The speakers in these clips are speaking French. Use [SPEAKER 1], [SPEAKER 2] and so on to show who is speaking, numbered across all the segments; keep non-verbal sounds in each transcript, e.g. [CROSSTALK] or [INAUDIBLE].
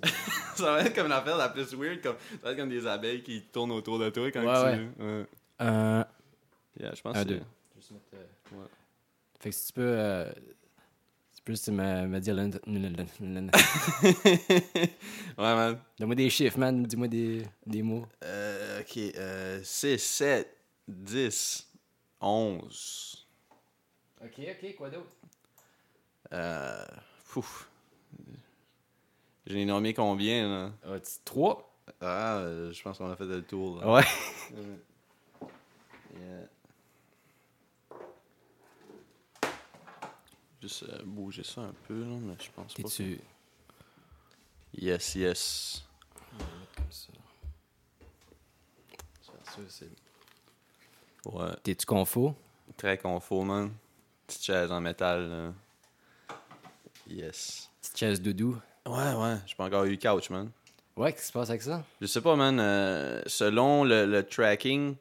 [SPEAKER 1] [LAUGHS] ça va être comme l'affaire la plus weird. Comme, ça va être comme des abeilles qui tournent autour de toi quand
[SPEAKER 2] Ouais,
[SPEAKER 1] tu. Ouais.
[SPEAKER 2] Un,
[SPEAKER 1] Yeah, je pense
[SPEAKER 2] un,
[SPEAKER 1] que
[SPEAKER 2] deux.
[SPEAKER 1] c'est-
[SPEAKER 2] Fait que si tu peux. euh, tu peux juste me, me dire. le- le- le- le- le-
[SPEAKER 1] Ouais, man.
[SPEAKER 2] Donne-moi des chiffres, man. Dis-moi des, des mots.
[SPEAKER 1] Euh, ok. Euh, 6, 7, 10, 11.
[SPEAKER 2] Ok, ok, quoi d'autre?
[SPEAKER 1] Euh, pouf. J'ai nommé combien, là?
[SPEAKER 2] trois?
[SPEAKER 1] Ah, euh, je pense qu'on a fait le tour, là.
[SPEAKER 2] Ouais.
[SPEAKER 1] Yeah. Juste euh, bouger ça un peu, là, mais je pense pas. que-
[SPEAKER 2] T'es-tu.
[SPEAKER 1] Yes, yes.
[SPEAKER 2] comme ça.
[SPEAKER 1] Ouais.
[SPEAKER 2] T'es-tu confo?
[SPEAKER 1] Très confort, man. Petite chaise en métal, là. Yes.
[SPEAKER 2] Petite chaise doudou.
[SPEAKER 1] Ouais, ouais. J'ai pas encore eu couch, man.
[SPEAKER 2] Ouais, qu'est-ce qui se passe avec ça?
[SPEAKER 1] Je sais pas, man. euh, selon le, le tracking,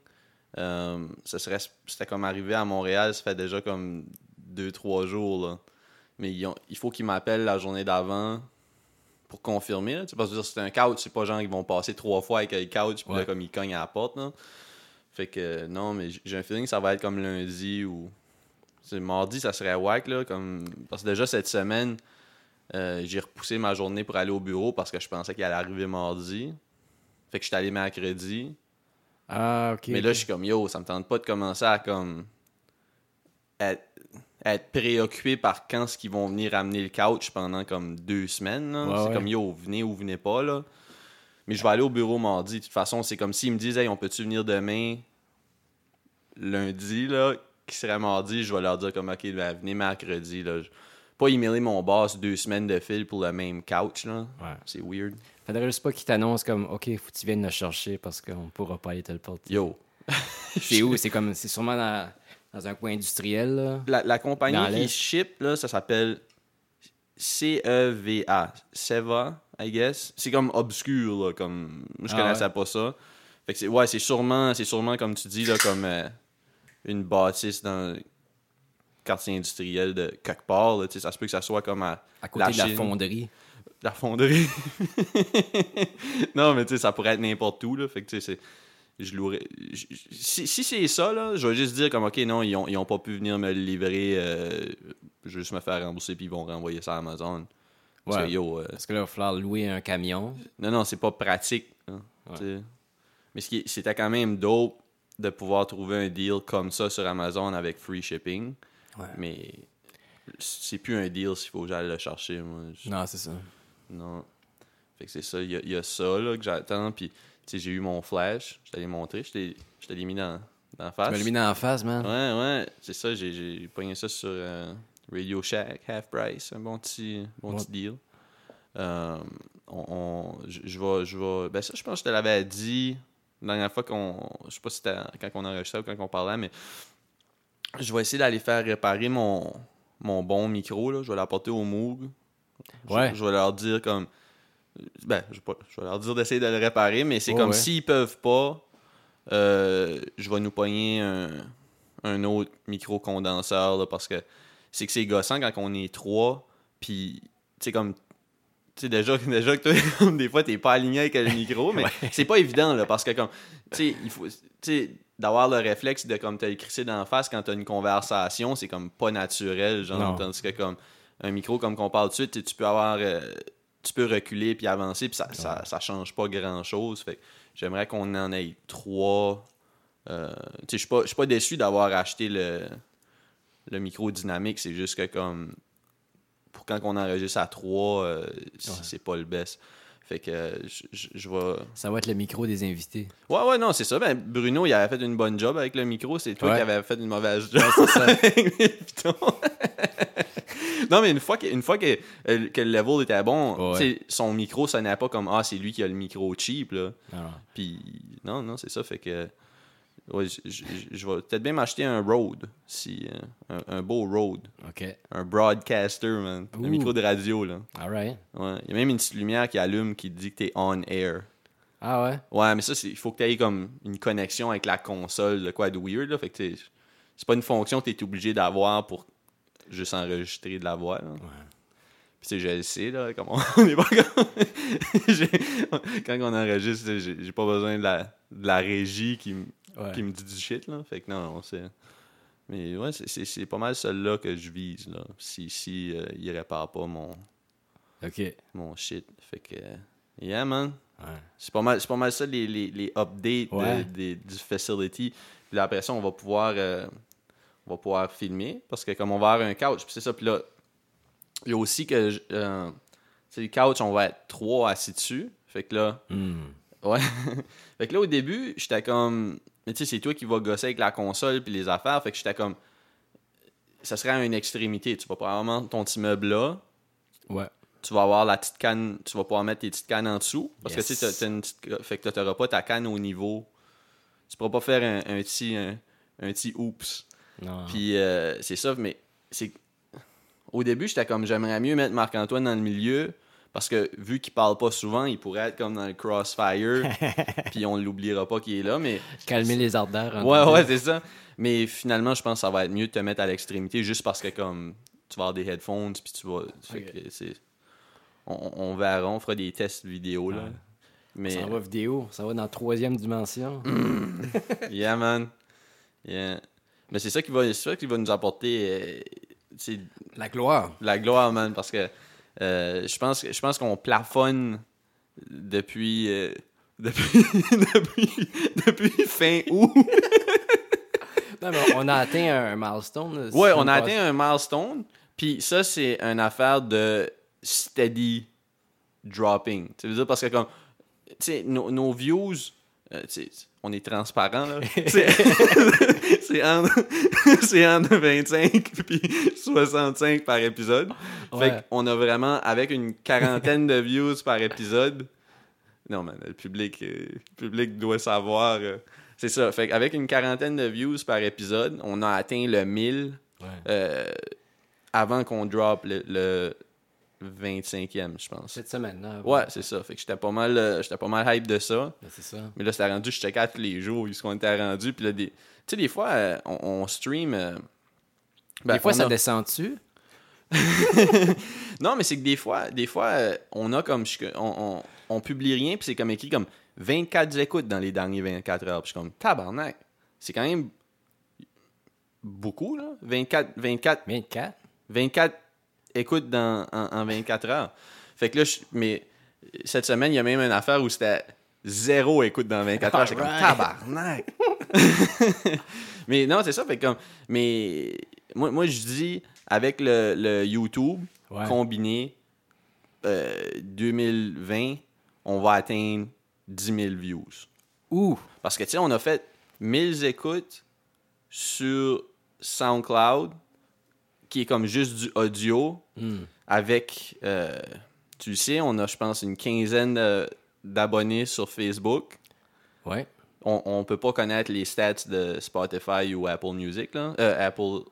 [SPEAKER 1] euh, ça serait, c'était comme arrivé à Montréal, ça fait déjà comme 2-3 jours. Là. Mais ils ont- il faut qu'ils m'appellent la journée d'avant pour confirmer. Là. Tu sais, parce que je veux dire, c'est un couch, c'est pas genre ils vont passer trois fois avec le couch, puis là,
[SPEAKER 2] Ouais.
[SPEAKER 1] comme ils cognent à la porte. là. Fait que euh, non, mais j- j'ai un feeling que ça va être comme lundi ou. c'est mardi, ça serait whack, là. Comme... Parce que déjà cette semaine, euh, j'ai repoussé ma journée pour aller au bureau parce que je pensais qu'il allait arriver mardi. Fait que je suis allé mercredi.
[SPEAKER 2] Ah, ok.
[SPEAKER 1] Mais là, je suis comme, yo, ça me tente pas de commencer à comme être, être préoccupé par quand ce qu'ils vont venir amener le couch pendant comme deux semaines. là.
[SPEAKER 2] Ouais,
[SPEAKER 1] c'est
[SPEAKER 2] ouais.
[SPEAKER 1] comme, yo, venez ou venez pas, là. Mais je vais aller au bureau mardi. De toute façon, c'est comme s'ils me disent, hey, on peut-tu venir demain, lundi, là, qui serait mardi, je vais leur dire, comme, ok, ben, venez mercredi, là. Je- Pas emailer mon boss deux semaines de fil pour le même couch, là.
[SPEAKER 2] Ouais.
[SPEAKER 1] C'est weird.
[SPEAKER 2] Faudrait juste pas qu'ils t'annoncent comme, OK, faut que tu viennes le chercher parce qu'on pourra pas aller te le [LAUGHS] porter.
[SPEAKER 1] Yo.
[SPEAKER 2] C'est où? C'est comme, c'est sûrement dans, dans un coin industriel, là.
[SPEAKER 1] La, la compagnie
[SPEAKER 2] Dans l'Est.
[SPEAKER 1] qui ship, là, ça s'appelle C-E-V-A. Seva, I guess. C'est comme obscur, là, comme... Moi, je
[SPEAKER 2] Ah
[SPEAKER 1] connaissais pas ça. Fait que c'est... Ouais, c'est sûrement, c'est sûrement, comme tu dis, là, comme euh, une bâtisse dans un quartier industriel de quelque part, là, tu sais, ça se peut que ça soit comme à...
[SPEAKER 2] À côté de la
[SPEAKER 1] Chine.
[SPEAKER 2] fonderie.
[SPEAKER 1] La fonderie. [LAUGHS] non, mais tu sais, ça pourrait être n'importe où, là. Fait que tu sais, c'est- je louerais. je- je- Si, si c'est ça, là, je vais juste dire comme, OK, non, ils ont, ils ont pas pu venir me le livrer. euh, je vais juste me faire rembourser, puis ils vont renvoyer ça à Amazon. Parce que,
[SPEAKER 2] Ouais.
[SPEAKER 1] yo, euh,
[SPEAKER 2] Parce que là, il va falloir louer un camion.
[SPEAKER 1] non, non, c'est pas pratique. hein,
[SPEAKER 2] Ouais.
[SPEAKER 1] tu sais. Mais ce qui- c'était quand même dope de pouvoir trouver un deal comme ça sur Amazon avec free shipping.
[SPEAKER 2] Ouais.
[SPEAKER 1] Mais c'est plus un deal s'il faut que j'aille le chercher, moi. Je-
[SPEAKER 2] Non, c'est ça.
[SPEAKER 1] non. Fait que c'est ça, il y a- il y, a ça là, que j'attends. Puis, tu sais, j'ai eu mon flash, je t'allais montrer, je t'ai- je te l'ai mis dans, dans la
[SPEAKER 2] Tu
[SPEAKER 1] face.
[SPEAKER 2] m'as mis dans la face, man.
[SPEAKER 1] ah. Ouais, ouais, c'est ça, j'ai- j'ai pogné ça sur euh, Radio Shack, half price, un bon petit, bon
[SPEAKER 2] Ouais.
[SPEAKER 1] petit deal. Euh, on, on- je je vais, je vais. Ben, ça, je pense que je te l'avais dit la dernière fois qu'on. Je sais pas si c'était quand on enregistrait ou quand on parlait, mais je vais essayer d'aller faire réparer mon, mon bon micro, là. Je vais l'apporter au Moog. Je-
[SPEAKER 2] Ouais.
[SPEAKER 1] Je, vais leur dire comme. Ben, je, vais pas- je vais leur dire d'essayer de le réparer, mais c'est
[SPEAKER 2] Ouais,
[SPEAKER 1] comme
[SPEAKER 2] ouais.
[SPEAKER 1] s'ils peuvent pas, euh, je vais nous pogner un, un autre micro condenseur là, parce que c'est que c'est gossant quand on est trois, puis tu sais, comme. Tu sais, déjà, [LAUGHS] déjà que toi, comme des fois, t'es pas aligné avec le micro, mais c'est pas évident, là, parce que, comme, tu sais, il faut, tu sais, d'avoir le réflexe de, comme, te le crisser d'en face quand t'as une conversation, c'est comme pas naturel, genre,
[SPEAKER 2] Non.
[SPEAKER 1] tandis que, comme, un micro comme qu'on parle dessus, tu sais, tu peux avoir. euh, tu peux reculer puis avancer, puis ça, ça, ça change pas grand chose. Fait que j'aimerais qu'on en ait trois. Euh, tu sais, je suis pas- je suis pas déçu d'avoir acheté le, le micro dynamique, c'est juste que comme. Pour quand on enregistre à trois, euh, c-
[SPEAKER 2] Ouais.
[SPEAKER 1] c'est pas le best. Fait que euh, je- je je vais.
[SPEAKER 2] Ça va être le micro des invités.
[SPEAKER 1] Ouais, ouais, non, c'est ça. Ben, Bruno, il avait fait une bonne job avec le micro. C'est toi
[SPEAKER 2] Ouais.
[SPEAKER 1] qui avais fait une mauvaise job.
[SPEAKER 2] c'est ça.
[SPEAKER 1] [LAUGHS] avec le piton. [LAUGHS] non, mais une fois que, une fois que, euh, que le level était bon,
[SPEAKER 2] Ouais.
[SPEAKER 1] tu sais, son micro sonnait pas comme Ah, c'est lui qui a le micro cheap. Là.
[SPEAKER 2] Non, non.
[SPEAKER 1] Puis, non, non, c'est ça. Fait que. ouais, je- je je vais peut-être bien m'acheter un Rode. Si, euh, un, un beau Rode.
[SPEAKER 2] OK.
[SPEAKER 1] Un broadcaster, man.
[SPEAKER 2] Ouh.
[SPEAKER 1] Un micro de radio, là.
[SPEAKER 2] All right.
[SPEAKER 1] Ouais. Il y a même une petite lumière qui allume qui dit que t'es on air.
[SPEAKER 2] Ah ouais?
[SPEAKER 1] Ouais, mais ça, c'est- il faut que tu aies comme une connexion avec la console, de quoi de weird. Là. Fait que t'es- c'est pas une fonction que tu es obligé d'avoir pour juste enregistrer de la voix. là. Puis, tu sais, je le sais, là, comme [LAUGHS] on on est pas comme. j'ai- Quand on enregistre, tu sais, j'ai j'ai pas besoin de la, de la régie qui, me-
[SPEAKER 2] Ouais.
[SPEAKER 1] qui me dit du shit, là. Fait que non, non, c'est. Mais ouais, c'est- c'est c'est pas mal celle-là que je vise, là. Si, si euh, il répare pas mon,
[SPEAKER 2] Ok. Ouais.
[SPEAKER 1] mon shit. Fait que. euh, Yeah, man. C'est pas mal, c'est pas mal ça les, les, les updates de-
[SPEAKER 2] Ouais.
[SPEAKER 1] des- du facility. Puis là, après ça, on va pouvoir euh, on va pouvoir filmer parce que comme on va avoir un couch, puis c'est ça. Puis là, il y a aussi que je- euh, tu sais, le couch, on va être trois assis dessus. Fait que là,
[SPEAKER 2] Hmm.
[SPEAKER 1] ouais. [LAUGHS] fait que là au début, j'étais comme mais tu sais, c'est toi qui vas gosser avec la console puis les affaires. Fait que j'étais comme ça serait à une extrémité. Tu vas probablement ton petit meuble là,
[SPEAKER 2] Ouais.
[SPEAKER 1] tu vas avoir la petite canne, tu vas pouvoir mettre tes petites cannes en dessous. Parce
[SPEAKER 2] Yes.
[SPEAKER 1] que tu sais, t'as- t'as une petite ca- fait que t'auras pas ta canne au niveau. Tu pourras pas faire un, un petit un, un petit oups.
[SPEAKER 2] Non.
[SPEAKER 1] Puis euh, c'est ça, mais c'est au début, j'étais comme j'aimerais mieux mettre Marc-Antoine dans le milieu parce que vu qu'il parle pas souvent, il pourrait être comme dans le crossfire, puis on l'oubliera pas qu'il est là, mais
[SPEAKER 2] Calmer les ardeurs. en
[SPEAKER 1] Ouais,
[SPEAKER 2] tant que
[SPEAKER 1] ouais,
[SPEAKER 2] tel.
[SPEAKER 1] c'est ça. Mais finalement, je pense que ça va être mieux de te mettre à l'extrémité juste parce que comme tu vas avoir des headphones puis tu vas. fait
[SPEAKER 2] Ok.
[SPEAKER 1] que c'est- On, on verra, on fera des tests vidéo là.
[SPEAKER 2] Ouais.
[SPEAKER 1] Mais Mm.
[SPEAKER 2] Ça va vidéo, ça va dans la troisième dimension.
[SPEAKER 1] yeah man. Yeah. Mais c'est ça qui va, c'est ça qui va nous apporter euh, c'est
[SPEAKER 2] La gloire.
[SPEAKER 1] la gloire, man, parce que euh, je pense que- je pense qu'on plafonne depuis euh, depuis, [LAUGHS] depuis depuis fin août.
[SPEAKER 2] Non, mais on a atteint un milestone. euh,
[SPEAKER 1] Ouais, on a atteint un milestone. Puis ça, c'est une affaire de steady dropping. Tu veux dire, parce que comme, tu sais, nos, nos views, euh, tu sais, on est transparent, là. c'est [LAUGHS] c'est entre, [LAUGHS] c'est entre 25 puis 65 par épisode.
[SPEAKER 2] Ouais.
[SPEAKER 1] Fait qu'on a vraiment, avec une quarantaine de views par épisode, non, mais le public, euh, le public doit savoir. euh, c'est ça. Fait qu'avec une quarantaine de views par épisode, on a atteint le 1000
[SPEAKER 2] Ouais.
[SPEAKER 1] euh, avant qu'on drop le, le 25e, je pense.
[SPEAKER 2] Cette semaine, là.
[SPEAKER 1] Ouais, c'est ça. Fait que j'étais pas mal euh, j'étais pas mal hype de ça.
[SPEAKER 2] Ben, c'est ça.
[SPEAKER 1] Mais là, c'était rendu, je checkais à tous les jours où ce qu'on était rendu. Puis là, des... tu sais, des fois, euh, on, on stream. euh, ben,
[SPEAKER 2] des fois,
[SPEAKER 1] on
[SPEAKER 2] ça
[SPEAKER 1] a-
[SPEAKER 2] descend dessus.
[SPEAKER 1] Non, mais c'est que des fois, des fois euh, on a comme. je- On, on, on publie rien, puis c'est comme écrit comme 24 écoutes dans les derniers 24 heures. Puis je suis comme, tabarnak. C'est quand même beaucoup, là. 24, 24,
[SPEAKER 2] 24.
[SPEAKER 1] 24 écoutes dans, en, en 24 heures. Fait que là, je- mais cette semaine, il y a même une affaire où c'était zéro écoute dans 24 heures. C'est comme,
[SPEAKER 2] Alright.
[SPEAKER 1] tabarnak. [LAUGHS] mais non, c'est ça. Fait que comme. Mais moi, moi je dis, avec le, le YouTube,
[SPEAKER 2] Ouais.
[SPEAKER 1] combiné euh, 2020, on va atteindre 10 000 views.
[SPEAKER 2] Ouh.
[SPEAKER 1] Parce que, tu sais, on a fait 1000 écoutes sur SoundCloud, qui est comme juste du audio,
[SPEAKER 2] Hmm.
[SPEAKER 1] avec, euh, tu le sais, on a, je pense, une quinzaine de- d'abonnés sur Facebook.
[SPEAKER 2] Ouais.
[SPEAKER 1] On, on peut pas connaître les stats de Spotify ou Apple Music, là, euh, Apple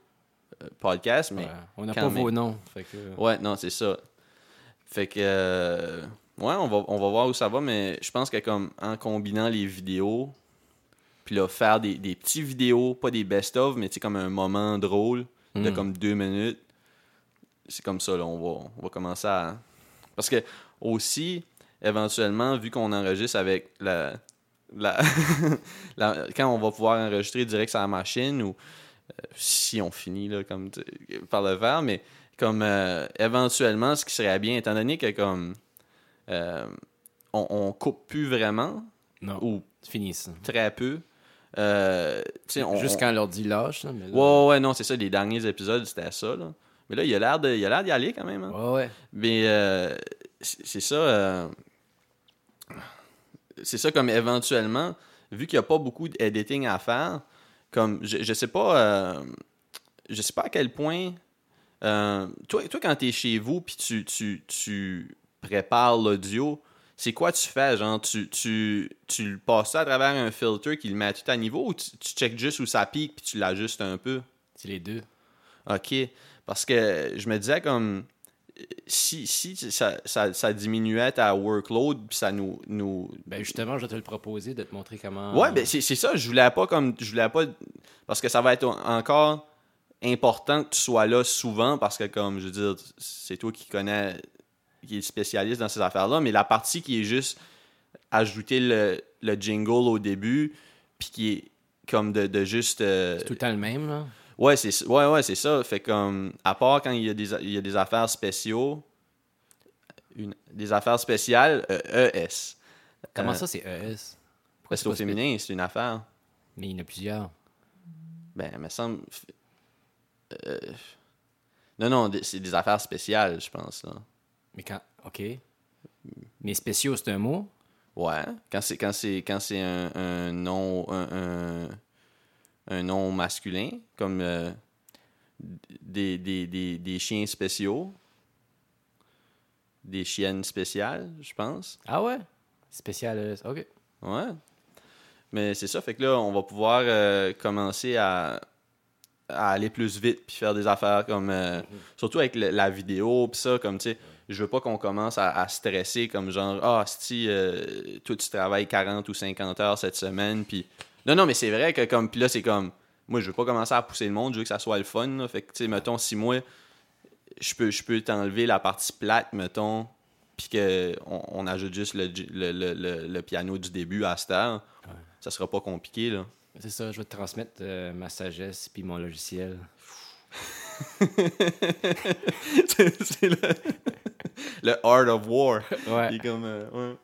[SPEAKER 1] euh, Podcast, mais
[SPEAKER 2] Ouais. On n'a
[SPEAKER 1] quand
[SPEAKER 2] pas
[SPEAKER 1] même.
[SPEAKER 2] vos noms. Fait que...
[SPEAKER 1] Ouais, non, c'est ça. Fait que. euh, ouais, on va, on va voir où ça va, mais je pense que comme en combinant les vidéos, puis là, faire des, des petits vidéos, pas des best-of, mais tu sais, comme un moment drôle de
[SPEAKER 2] Mm.
[SPEAKER 1] comme deux minutes, c'est comme ça, là, on va, on va commencer à. Parce que aussi, éventuellement, vu qu'on enregistre avec la. la- [LAUGHS] la- quand on va pouvoir enregistrer direct sur la machine ou euh, si on finit là, comme tu- par le faire, mais comme euh, éventuellement, ce qui serait bien, étant donné que comme euh, on, on coupe plus vraiment
[SPEAKER 2] Non.
[SPEAKER 1] ou
[SPEAKER 2] C'est fini, ça.
[SPEAKER 1] très peu, euh, tu sais, on,
[SPEAKER 2] Juste
[SPEAKER 1] on-
[SPEAKER 2] quand l'ordi lâche. Là, mais là-
[SPEAKER 1] Ouais, ouais, ouais, non, c'est ça, les derniers épisodes, c'était ça, là. Mais là, il a l'air de- il a l'air d'y aller quand même. hein.
[SPEAKER 2] Ouais, ouais.
[SPEAKER 1] Mais euh, c'est c'est ça. euh, c'est ça comme éventuellement, vu qu'il n'y a pas beaucoup d'editing à faire, comme je, je sais pas. euh, je sais pas à quel point. euh, toi, toi, quand tu es chez vous puis tu, tu, tu prépares l'audio, c'est quoi tu fais? Genre, tu, tu, tu le passes ça à travers un filter qui le met à tout à niveau ou tu, tu checkes juste où ça pique puis tu l'ajustes un peu?
[SPEAKER 2] C'est les deux.
[SPEAKER 1] OK. Parce que je me disais comme euh, si, si tu- ça, ça, ça diminuait ta workload, puis ça nous. nous... ben,
[SPEAKER 2] Ben justement, je vais te le proposer de te montrer comment.
[SPEAKER 1] Ouais, ben c'est c'est ça, je voulais pas comme. Je voulais pas. Parce que ça va être en- encore important que tu sois là souvent parce que, comme je veux dire, c'est toi qui connais, qui est spécialiste dans ces affaires-là, mais la partie qui est juste ajouter le, le jingle au début, puis qui est comme de, de juste. euh,
[SPEAKER 2] C'est tout le temps le même, là.
[SPEAKER 1] Ouais, c'est ouais, ouais, c'est ça. Fait comme à part quand il y a des, il y a des affaires spéciaux, une, des affaires spéciales euh, ES.
[SPEAKER 2] Comment
[SPEAKER 1] Euh,
[SPEAKER 2] ça, c'est ES?
[SPEAKER 1] Parce que au
[SPEAKER 2] c'est pas
[SPEAKER 1] féminin, c'est une affaire.
[SPEAKER 2] Mais il y en a plusieurs.
[SPEAKER 1] Ben, il me semble f- euh, Non non, des- c'est des affaires spéciales, je pense là.
[SPEAKER 2] Mais quand. OK. Mais spéciaux, c'est un mot?
[SPEAKER 1] Ouais, quand c'est quand c'est quand c'est un, un nom un, un, un nom masculin comme euh, des, des, des, des chiens spéciaux, des chiennes spéciales, je pense.
[SPEAKER 2] Ah ouais? Spécial ES. OK.
[SPEAKER 1] Ouais. Mais c'est ça, fait que là on va pouvoir euh, commencer à, à aller plus vite puis faire des affaires comme euh, surtout avec le- la vidéo puis ça comme tu sais je veux pas qu'on commence à, à stresser comme genre ah si euh, toi tu travailles 40 ou 50 heures cette semaine puis non non mais c'est vrai que comme puis là c'est comme moi je veux pas commencer à pousser le monde je veux que ça soit le fun là. fait que tu sais mettons si moi je peux je peux t'enlever la partie plate mettons puis que on, on ajoute juste le, j- le, le- le- le piano du début à cette heure ça sera pas
[SPEAKER 2] [LAUGHS]
[SPEAKER 1] compliqué là
[SPEAKER 2] Ben, C'est ça, je vais te transmettre euh, ma sagesse puis mon logiciel.
[SPEAKER 1] c'est c'est le, [LAUGHS] le art of war Il
[SPEAKER 2] Ouais.
[SPEAKER 1] est comme. euh, ouais.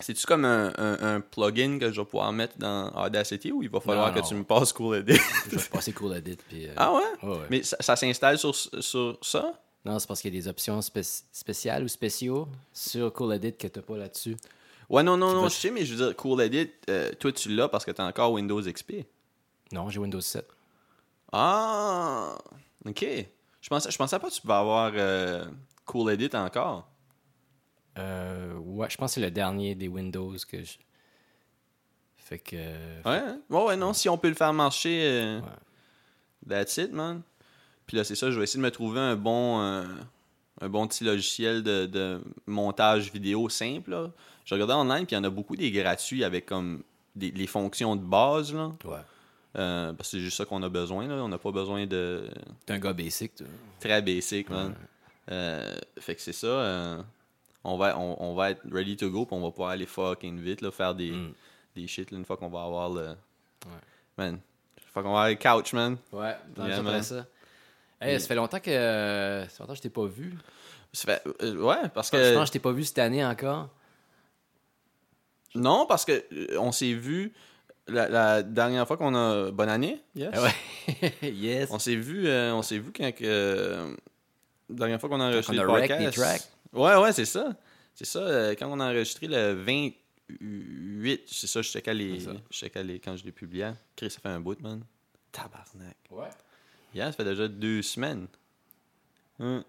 [SPEAKER 1] C'est-tu comme un, un- un plugin que je vais pouvoir mettre dans Audacity ou il va falloir
[SPEAKER 2] Non,
[SPEAKER 1] que
[SPEAKER 2] non.
[SPEAKER 1] tu me passes cool edit?
[SPEAKER 2] [LAUGHS] je vais passer cours d'audit. Puis, euh,
[SPEAKER 1] ah ouais?
[SPEAKER 2] ouais, ouais.
[SPEAKER 1] Mais ça, ça s'installe sur, sur ça?
[SPEAKER 2] Non, c'est parce qu'il y a des options spéc- spéciales ou spéciaux sur Cool Edit que t'as pas là-dessus.
[SPEAKER 1] Ouais, non, non,
[SPEAKER 2] Tu
[SPEAKER 1] non,
[SPEAKER 2] vas-
[SPEAKER 1] je sais, mais je veux dire, cool edit, euh, toi tu l'as parce que t'as encore Windows XP.
[SPEAKER 2] Non, j'ai Windows 7.
[SPEAKER 1] Ah! Ok. Je pensais, je pensais pas que tu pouvais avoir euh, cool edit encore.
[SPEAKER 2] Euh, ouais, je pense que c'est le dernier des Windows que je. Fait que.
[SPEAKER 1] Ouais, hein? ouais, ouais, non, si on peut le faire marcher, euh, that's it, man. Puis là, c'est ça, je vais essayer de me trouver un bon, euh, un bon petit logiciel de, de montage vidéo simple. là. Je regardais online, puis il y en a beaucoup des gratuits avec comme des, les fonctions de base, là.
[SPEAKER 2] Ouais.
[SPEAKER 1] Euh, parce que c'est juste ça qu'on a besoin, là. On n'a pas besoin de
[SPEAKER 2] T'es un gars basic, toi.
[SPEAKER 1] très basic, man. Euh, fait que c'est ça. euh, on, va, on, on va être ready to go, puis on va pouvoir aller fucking vite, là, faire des,
[SPEAKER 2] Mm.
[SPEAKER 1] des shit, là, une fois qu'on va avoir le.
[SPEAKER 2] Ouais.
[SPEAKER 1] Man. Une fois qu'on va avoir le couch, man.
[SPEAKER 2] Ouais, dans
[SPEAKER 1] Yeah,
[SPEAKER 2] le
[SPEAKER 1] man.
[SPEAKER 2] après ça. Hey, ça fait longtemps que. euh, ça fait longtemps que je t'ai pas vu.
[SPEAKER 1] Ça fait- euh, ouais, parce
[SPEAKER 2] Je pense
[SPEAKER 1] que.
[SPEAKER 2] que je t'ai pas vu cette année
[SPEAKER 1] [LAUGHS]
[SPEAKER 2] encore.
[SPEAKER 1] Non, parce que euh, on s'est vu la, la dernière fois qu'on a. Bonne année? Yes.
[SPEAKER 2] Ah ouais. yes.
[SPEAKER 1] On s'est vu, euh, on s'est vu quand que. euh, dernière fois qu'on a enregistré
[SPEAKER 2] on a
[SPEAKER 1] le
[SPEAKER 2] wreck
[SPEAKER 1] podcast.
[SPEAKER 2] des tracks.
[SPEAKER 1] Ouais, ouais, c'est ça. C'est ça. euh, quand on a enregistré le 28, c'est ça, je checkais les,
[SPEAKER 2] C'est ça.
[SPEAKER 1] je checkais les quand je l'ai publié. Chris, ça fait un bout, man. Tabarnak.
[SPEAKER 2] Ouais.
[SPEAKER 1] Yeah, ça fait déjà deux semaines. Hein.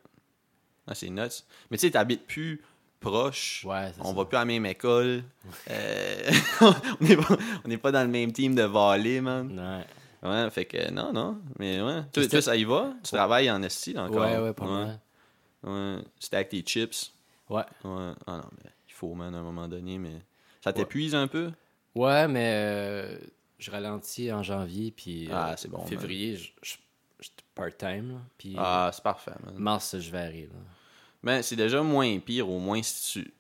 [SPEAKER 1] Ah, c'est nuts. Mais tu sais, t'habites plus proche.
[SPEAKER 2] Ouais, c'est
[SPEAKER 1] on
[SPEAKER 2] ça.
[SPEAKER 1] va plus à la même école. Euh, [LAUGHS] on n'est pas, on est pas dans le même team de volley, man.
[SPEAKER 2] Ouais.
[SPEAKER 1] Ouais, fait que non, non. Mais ouais. Toi,
[SPEAKER 2] C'était-
[SPEAKER 1] toi, ça y va? Tu travailles en esti là, encore?
[SPEAKER 2] Ouais, ouais, pas mal.
[SPEAKER 1] Ouais. C'était avec tes chips.
[SPEAKER 2] Ouais.
[SPEAKER 1] Ouais. Ah non, mais il faut, man, à un moment donné, mais... Ça
[SPEAKER 2] Ouais.
[SPEAKER 1] t'épuise un peu?
[SPEAKER 2] Ouais, mais euh, je ralentis en janvier, puis euh,
[SPEAKER 1] Ah, c'est bon,
[SPEAKER 2] février, je, je, je- part-time, là, puis
[SPEAKER 1] Ah, c'est parfait, man.
[SPEAKER 2] mars, je vais arriver.
[SPEAKER 1] Mais c'est déjà moins pire, au moins si tu...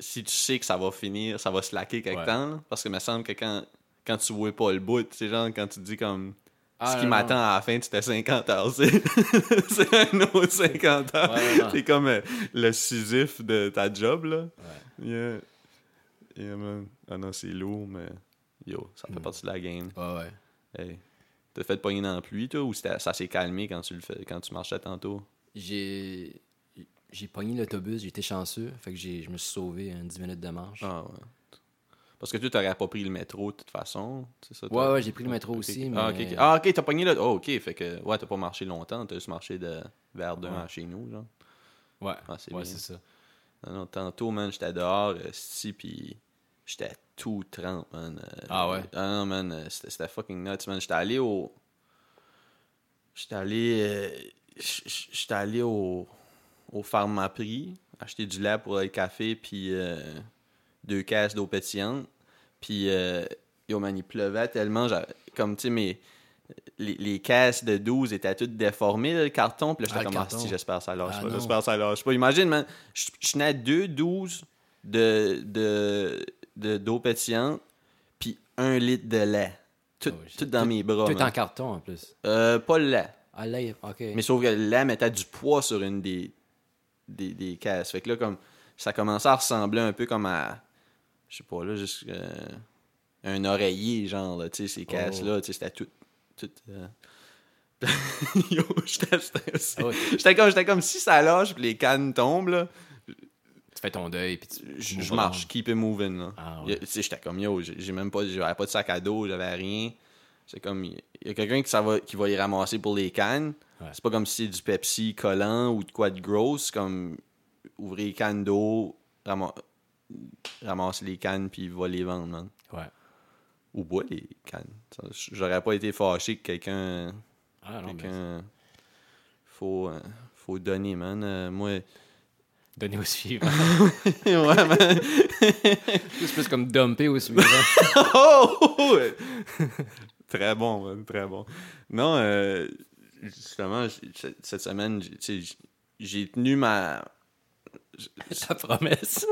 [SPEAKER 1] Si tu sais que ça va finir, ça va slacker quelque
[SPEAKER 2] Ouais.
[SPEAKER 1] temps, là. parce que me semble que quand, quand tu vois pas le bout, c'est genre quand tu dis comme...
[SPEAKER 2] Ah,
[SPEAKER 1] ce qui
[SPEAKER 2] non,
[SPEAKER 1] m'attend à la fin, c'était 50 heures. C'est [LAUGHS] c'est un autre 50 heures.
[SPEAKER 2] Ouais, ouais, ouais.
[SPEAKER 1] C'est comme euh, le Sisyphe de ta job, là. Yeah. Yeah, man. Ah non, c'est lourd, mais yo, ça
[SPEAKER 2] Hmm.
[SPEAKER 1] fait partie de la game.
[SPEAKER 2] Ouais, ouais.
[SPEAKER 1] Hey. T'as fait pogner dans la pluie, toi, ou c'était- ça s'est calmé quand tu le fais, quand tu marchais tantôt?
[SPEAKER 2] J'ai, j'ai pogné l'autobus, j'étais chanceux, fait que j'ai, je me suis sauvé un 10 minutes de marche.
[SPEAKER 1] Ah ouais. Parce que toi, t'aurais pas pris le métro de toute façon, c'est ça?
[SPEAKER 2] ouais,
[SPEAKER 1] t'as-
[SPEAKER 2] ouais, j'ai pris le métro
[SPEAKER 1] Ok,
[SPEAKER 2] aussi,
[SPEAKER 1] ok.
[SPEAKER 2] mais...
[SPEAKER 1] Ah, ok, ok. Ah, ok, t'as pogné le... Oh, ok, fait que... Ouais, t'as pas marché longtemps, t'as juste marché de vers deux
[SPEAKER 2] Ouais.
[SPEAKER 1] à chez nous, genre.
[SPEAKER 2] ouais,
[SPEAKER 1] Ah, c'est
[SPEAKER 2] ouais,
[SPEAKER 1] bien.
[SPEAKER 2] c'est ça.
[SPEAKER 1] Non, non, tantôt, man, j'étais dehors, euh, si, puis j'étais tout trempe, man. euh,
[SPEAKER 2] Ah ouais?
[SPEAKER 1] Ah non, man, euh, c'était c'était fucking nuts, man. J'étais allé au. J'étais allé. euh, j- j- J'étais allé au. Au Pharmaprix, acheter du lait pour le café, puis euh, deux caisses d'eau pétillante. Puis, euh, yo, man, il pleuvait tellement. j'a- comme, tu sais, mes. Les, les caisses de 12 étaient toutes déformées, là, le carton. Puis là,
[SPEAKER 2] Ah,
[SPEAKER 1] j'étais
[SPEAKER 2] le
[SPEAKER 1] comme, ah,
[SPEAKER 2] carton.
[SPEAKER 1] si, j'espère ça lâche
[SPEAKER 2] Ah,
[SPEAKER 1] pas.
[SPEAKER 2] non.
[SPEAKER 1] J'espère ça lâche pas. Imagine, man, je je suis né à 2 12 de, de, de- d'eau pétillante, puis un litre de lait. Tout,
[SPEAKER 2] Oh, shit.
[SPEAKER 1] tout dans mes bras.
[SPEAKER 2] Tout est
[SPEAKER 1] man.
[SPEAKER 2] en carton en plus.
[SPEAKER 1] Euh, pas le lait.
[SPEAKER 2] Ah là, il- ok.
[SPEAKER 1] Mais sauf que là, mettait du poids sur une des, des, des caisses. Fait que là, comme ça commençait à ressembler un peu comme à. Je sais pas, là, juste. euh, un oreiller, genre, là, tu sais, ces
[SPEAKER 2] Oh.
[SPEAKER 1] caisses-là, tu sais, c'était tout. tout euh, [LAUGHS] Yo, j'étais stressé.
[SPEAKER 2] Ah ouais.
[SPEAKER 1] J'étais comme, j'étais comme si ça lâche, puis les cannes tombent, là.
[SPEAKER 2] Tu fais ton deuil, puis tu.
[SPEAKER 1] Je je marche, keep it moving, là.
[SPEAKER 2] Ah
[SPEAKER 1] Y a-
[SPEAKER 2] ouais.
[SPEAKER 1] Tu sais, j'étais comme yo, j'ai j'ai même pas, j'avais pas de sac à dos, j'avais rien. C'est comme, il y a quelqu'un qui, s'en va, qui va les ramasser pour les cannes.
[SPEAKER 2] Ouais.
[SPEAKER 1] C'est pas comme si c'est du Pepsi collant ou de quoi de gros. C'est comme ouvrir les cannes d'eau, rama- ramasser les cannes, puis il va les vendre, man.
[SPEAKER 2] Ouais.
[SPEAKER 1] Ou bois les cannes. Ça, j- J'aurais pas été fâché que quelqu'un.
[SPEAKER 2] Ah non, mais.
[SPEAKER 1] quelqu'un faut, euh, faut donner, man.
[SPEAKER 2] [LAUGHS]
[SPEAKER 1] Euh, moi. [LAUGHS]
[SPEAKER 2] Donner au suivant. [LAUGHS]
[SPEAKER 1] ouais, man.
[SPEAKER 2] c'est plus comme dumper au
[SPEAKER 1] [LAUGHS]
[SPEAKER 2] suivant. [LAUGHS]
[SPEAKER 1] Oh! [LAUGHS] très bon, man, très bon. Non, euh, justement, j- c- cette semaine, j- tu sais, j- j'ai tenu ma.
[SPEAKER 2] Ta promesse.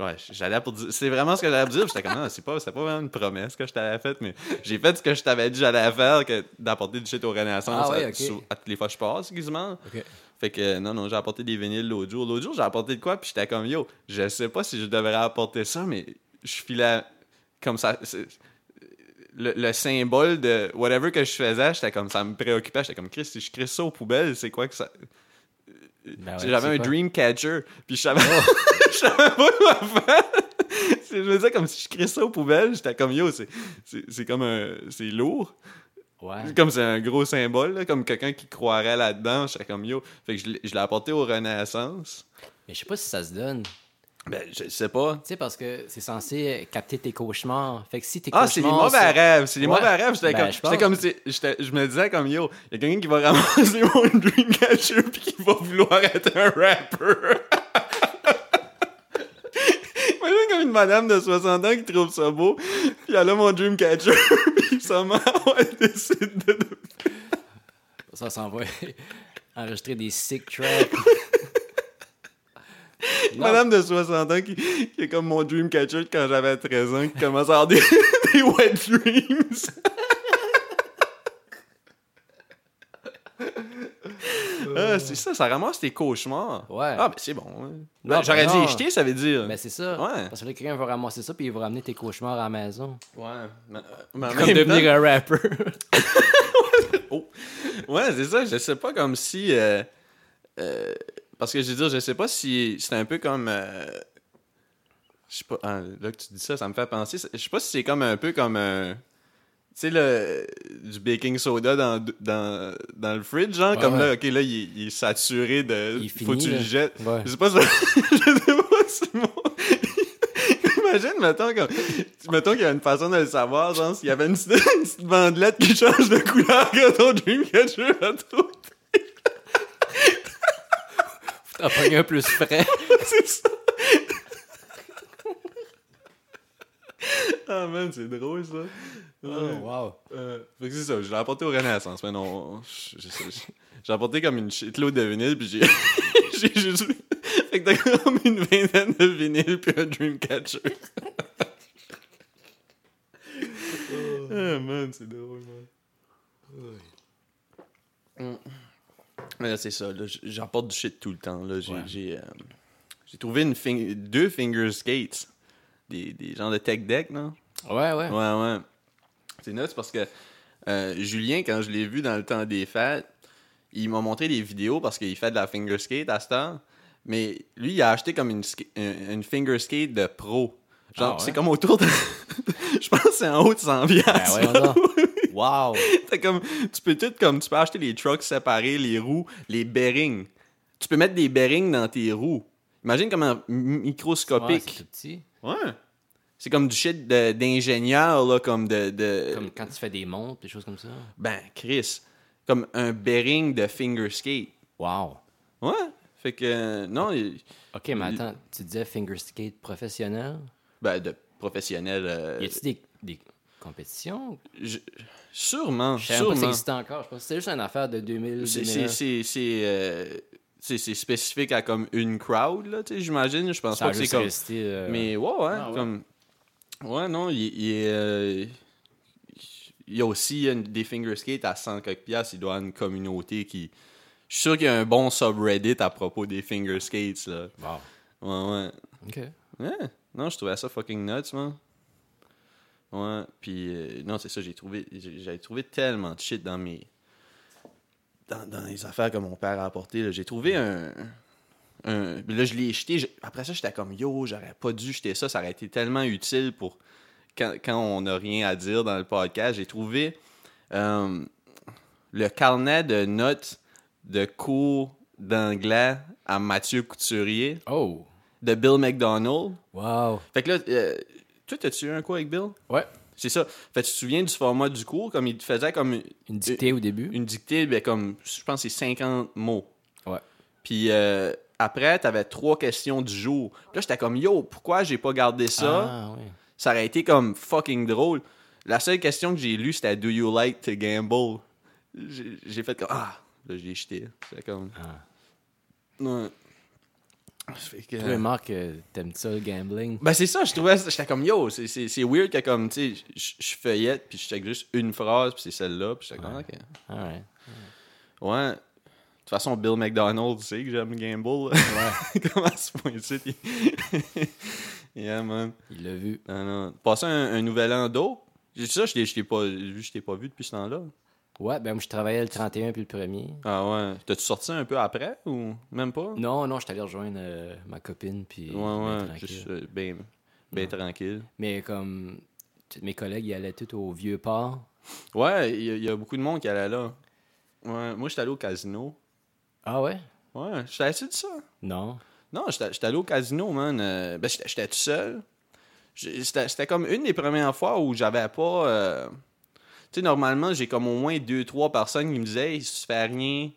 [SPEAKER 1] Ouais, j'allais pour dire. C'est vraiment ce que j'allais pour dire. puis J'étais comme, non, c'est pas, c'était pas vraiment une promesse que je t'avais faite, mais j'ai fait ce que je t'avais dit que j'allais faire, que d'apporter du shit aux Renaissance
[SPEAKER 2] Ah ouais,
[SPEAKER 1] à,
[SPEAKER 2] ok.
[SPEAKER 1] sou- à toutes les fois que je passe, quasiment.
[SPEAKER 2] Ok.
[SPEAKER 1] Fait que euh, non, non, j'ai apporté des vinyles l'autre jour. L'autre jour, j'ai apporté de quoi, puis j'étais comme, yo, je sais pas si je devrais apporter ça, mais je filais comme ça. c'est- Le, le symbole de whatever que je faisais, j'étais comme, ça me préoccupait. J'étais comme, Chris, si je crée ça aux poubelles, c'est quoi que ça.
[SPEAKER 2] Ben ouais,
[SPEAKER 1] J'avais
[SPEAKER 2] c'est
[SPEAKER 1] un
[SPEAKER 2] quoi? Oh.
[SPEAKER 1] dream catcher, puis je savais, [LAUGHS] je savais pas quoi faire. [LAUGHS] C'est- Je me disais, comme si je crée ça aux poubelles, j'étais comme, yo, c'est- c'est c'est comme un. C'est lourd.
[SPEAKER 2] Ouais.
[SPEAKER 1] Comme c'est un gros symbole, là, comme quelqu'un qui croirait là-dedans, j'étais comme yo. Fait que je l'ai- je l'ai apporté aux Renaissance.
[SPEAKER 2] Mais je sais pas si ça se donne. Tu
[SPEAKER 1] Ben, je sais pas.
[SPEAKER 2] sais, parce que c'est censé capter tes cauchemars. Fait que si tes
[SPEAKER 1] Ah, c'est les
[SPEAKER 2] cauchemars.
[SPEAKER 1] mauvais rêves. C'est les
[SPEAKER 2] Ouais.
[SPEAKER 1] mauvais rêves. J'étais
[SPEAKER 2] Ben,
[SPEAKER 1] comme,
[SPEAKER 2] je
[SPEAKER 1] j'étais
[SPEAKER 2] pense.
[SPEAKER 1] comme si- j'étais- je me disais comme yo, il y a quelqu'un qui va [LAUGHS] ramasser mon Dreamcatcher puis qui va vouloir être un rapper. [LAUGHS] Imagine comme une madame de 60 ans qui trouve ça beau, puis elle a mon Dreamcatcher, [LAUGHS] puis seulement elle décide de.
[SPEAKER 2] Ça s'en va [LAUGHS] enregistrer des sick tracks.
[SPEAKER 1] [LAUGHS]
[SPEAKER 2] Non.
[SPEAKER 1] Madame de 60 ans qui, qui est comme mon dream catcher de quand j'avais 13 ans, qui commence à avoir des, [LAUGHS] des wet
[SPEAKER 2] [LAUGHS]
[SPEAKER 1] dreams. Ah, c'est ça, ça ramasse tes cauchemars.
[SPEAKER 2] Ouais.
[SPEAKER 1] Ah, ben c'est bon. hein.
[SPEAKER 2] Non,
[SPEAKER 1] Ben, J'aurais
[SPEAKER 2] ben
[SPEAKER 1] dit
[SPEAKER 2] non.
[SPEAKER 1] les jeter, ça veut dire.
[SPEAKER 2] Ben, c'est ça.
[SPEAKER 1] Ouais.
[SPEAKER 2] Parce que là, quelqu'un va ramasser ça, puis il va ramener tes cauchemars à la maison.
[SPEAKER 1] Ouais. mais- mais en
[SPEAKER 2] Comme
[SPEAKER 1] même temps-
[SPEAKER 2] devenir un
[SPEAKER 1] [LAUGHS]
[SPEAKER 2] rapper.
[SPEAKER 1] Ouais, c'est ça. Je sais pas comme si. euh, euh, parce que je veux dire, je sais pas si c'est un peu comme. euh, je sais pas. ah, là que tu dis ça, ça me fait penser. Je sais pas si c'est comme un peu comme. euh, tu sais, le, du baking soda dans, dans, dans le fridge, genre,
[SPEAKER 2] Ouais,
[SPEAKER 1] comme
[SPEAKER 2] ouais.
[SPEAKER 1] là, ok, là, il, est- il est saturé de.
[SPEAKER 2] Il est
[SPEAKER 1] faut
[SPEAKER 2] fini,
[SPEAKER 1] que tu le
[SPEAKER 2] là.
[SPEAKER 1] jettes.
[SPEAKER 2] Ouais.
[SPEAKER 1] Je sais pas si. [LAUGHS] je sais pas si mon- [LAUGHS] Imagine, mettons, comme, mettons qu'il y a une façon de le savoir, genre, s'il y avait une petite, une petite bandelette qui change de couleur quand ton Dreamcatcher a trop.
[SPEAKER 2] [LAUGHS] T'as pogné un plus frais.
[SPEAKER 1] C'est ça. ah, man, c'est drôle, ça. [LAUGHS] Ouais.
[SPEAKER 2] wow.
[SPEAKER 1] Euh, fait que c'est ça, je l'ai apporté au Renaissance, mais non. je- je- je- J'ai apporté comme une shitload de vinyle, puis j'ai. [LAUGHS] j'ai juste. Fait que t'as comme une vingtaine de vinyles, puis un [LAUGHS] Dreamcatcher. Ah man, c'est drôle, man. Mais là, c'est ça, là, j- j'apporte du shit tout le temps. Là. J'ai,
[SPEAKER 2] Ouais.
[SPEAKER 1] j'ai, euh, j'ai trouvé une fing- deux finger skates, des, des genres de tech deck, non?
[SPEAKER 2] Ouais, ouais.
[SPEAKER 1] Ouais, ouais. C'est nuts parce que euh, Julien, quand je l'ai vu dans le temps des fêtes, il m'a montré des vidéos parce qu'il fait de la finger skate à ce temps. Mais lui, il a acheté comme une, sk- une une finger skate de pro. Genre,
[SPEAKER 2] Ah ouais?
[SPEAKER 1] c'est comme autour de. [LAUGHS] je pense que c'est en haut de 100
[SPEAKER 2] Ben,
[SPEAKER 1] piastres,
[SPEAKER 2] voyons
[SPEAKER 1] là.
[SPEAKER 2] donc. Wow.
[SPEAKER 1] [LAUGHS] T'as comme, tu peux tout comme tu peux acheter les trucks séparés, les roues, les bearings. Tu peux mettre des bearings dans tes roues. Imagine comment m-
[SPEAKER 2] Ouais, c'est
[SPEAKER 1] microscopique.
[SPEAKER 2] tout petit.
[SPEAKER 1] Ouais. C'est comme du shit de- d'ingénieur là comme de, de-
[SPEAKER 2] Comme quand tu fais des montres, des choses comme ça.
[SPEAKER 1] ben Chris, comme un bearing de finger skate.
[SPEAKER 2] Wow.
[SPEAKER 1] Ouais. Fait que euh, non, il-
[SPEAKER 2] Ok, mais
[SPEAKER 1] Il-
[SPEAKER 2] attends, tu disais finger skate professionnel.
[SPEAKER 1] ben de professionnel euh,
[SPEAKER 2] Y a-tu des, des- Compétition?
[SPEAKER 1] Je- Sûrement,
[SPEAKER 2] Je sais même pas si ça
[SPEAKER 1] sûrement.
[SPEAKER 2] existait encore. Je pense que c'était juste une affaire de 2000.
[SPEAKER 1] C'est-
[SPEAKER 2] 2001.
[SPEAKER 1] C'est c'est- c'est, euh, c'est- c'est spécifique à comme une crowd, là, tu sais, j'imagine. Je pense
[SPEAKER 2] Ça a
[SPEAKER 1] pas que c'est
[SPEAKER 2] juste
[SPEAKER 1] comme.
[SPEAKER 2] resté, euh,
[SPEAKER 1] Mais ouais, ouais,
[SPEAKER 2] Ah ouais.
[SPEAKER 1] comme. Ouais, non, il, il est, euh, il y a aussi une- des fingerskates à 100 quelques piastres. Il doit y avoir une communauté qui. Je suis sûr qu'il y a un bon subreddit à propos des fingerskates, là.
[SPEAKER 2] wow.
[SPEAKER 1] Ouais,
[SPEAKER 2] OK.
[SPEAKER 1] ouais. Ouais. Non, je trouvais ça fucking nuts, man. Ouais, puis euh, non, c'est ça, j'ai trouvé j'ai- j'avais trouvé tellement de shit dans mes dans, dans les affaires que mon père a apportées, là. j'ai trouvé un un puis là je l'ai jeté, je- après ça j'étais comme yo, j'aurais pas dû jeter ça, ça aurait été tellement utile pour quand, quand on n'a rien à dire dans le podcast, j'ai trouvé euh, le carnet de notes de cours d'anglais à Mathieu Couturier
[SPEAKER 2] Oh!
[SPEAKER 1] de Bill McDonald.
[SPEAKER 2] Wow!
[SPEAKER 1] Fait que là, euh, toi, t'as-tu eu un quoi avec Bill?
[SPEAKER 2] Ouais.
[SPEAKER 1] C'est ça. Fait que tu te souviens du format du cours, comme il te faisait comme une-
[SPEAKER 2] Une dictée au début.
[SPEAKER 1] une dictée, ben, comme, je pense que c'est 50 mots.
[SPEAKER 2] Ouais.
[SPEAKER 1] Puis euh, après, t'avais trois questions du jour. Puis là, j'étais comme, yo, pourquoi j'ai pas gardé ça?
[SPEAKER 2] Ah, ouais.
[SPEAKER 1] Ça aurait été comme fucking drôle. La seule question que j'ai lue, c'était Do you like to gamble? J'ai j'ai fait comme, ah, là, j'ai jeté. C'était comme.
[SPEAKER 2] Ah.
[SPEAKER 1] Ouais. Fait que-
[SPEAKER 2] Toi, Marc, euh, t'aimes ça, le gambling?
[SPEAKER 1] Ben c'est ça, je trouvais, j'étais comme yo, c'est- c'est c'est weird que comme, tu sais, je- je feuillette, puis je check juste une phrase, puis c'est celle-là, puis j'étais comme, ok.
[SPEAKER 2] All right.
[SPEAKER 1] Ouais. De toute façon, Bill McDonald, tu sais que j'aime Gamble. Ouais. [LAUGHS] Comment se point-ci? [LAUGHS] yeah, man.
[SPEAKER 2] Il l'a vu.
[SPEAKER 1] Non, non. Passer un, un nouvel an d'eau. J'ai ça, je t'ai- je t'ai pas, je t'ai pas vu depuis ce temps-là.
[SPEAKER 2] Ouais, ben moi, je travaillais le 31 puis le 1er.
[SPEAKER 1] Ah ouais. T'as-tu sorti un peu après ou même pas?
[SPEAKER 2] Non, non, je suis allé rejoindre euh, ma copine, puis...
[SPEAKER 1] Ouais,
[SPEAKER 2] ben,
[SPEAKER 1] ouais.
[SPEAKER 2] tranquille.
[SPEAKER 1] Juste, euh, ben, ben tranquille.
[SPEAKER 2] Mais comme tous mes collègues, ils allaient tous au vieux port.
[SPEAKER 1] Ouais, il y, a- il y a beaucoup de monde qui allait là. Ouais. Moi, j'étais allé au casino.
[SPEAKER 2] Ah ouais?
[SPEAKER 1] Ouais, je t'avais-tu dit ça?
[SPEAKER 2] Non.
[SPEAKER 1] Non, j'étais j'étais allé au casino, man. Euh, ben, j'étais j'étais tout seul. J'ai- C'était c'était comme une des premières fois où j'avais pas. euh, Tu sais, normalement, j'ai comme au moins deux, trois personnes qui me disaient, Hey, il se fait rien,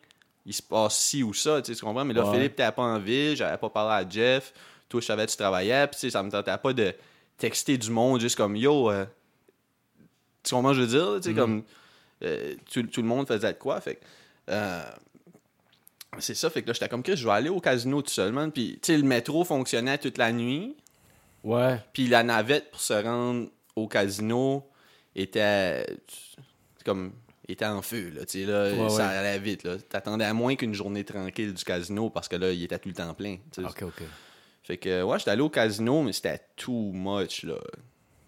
[SPEAKER 1] il se passe ci ou ça, tu sais, tu comprends? Mais là,
[SPEAKER 2] Ouais.
[SPEAKER 1] Philippe, t'avais pas en ville, j'avais pas parlé à Jeff, toi, je savais que tu travaillais, puis tu sais, ça me tentait pas de texter du monde juste comme yo. euh, tu comprends, ce que je veux dire? là? Tu sais, comme euh, tout, tout le monde faisait de quoi, fait que, euh, c'est ça, fait que là, j'étais comme Chris, je vais aller au casino tout seul, man. Puis, tu sais, le métro fonctionnait toute la nuit.
[SPEAKER 2] Ouais.
[SPEAKER 1] Puis la navette pour se rendre au casino était c'est comme était en feu là, tu sais là,
[SPEAKER 2] Ouais,
[SPEAKER 1] ça
[SPEAKER 2] ouais.
[SPEAKER 1] allait vite là. T'attendais à moins qu'une journée tranquille du casino parce que là il était tout le temps plein. tu sais.
[SPEAKER 2] Ok, ok.
[SPEAKER 1] Fait que ouais, j'étais allé au casino mais c'était too much là.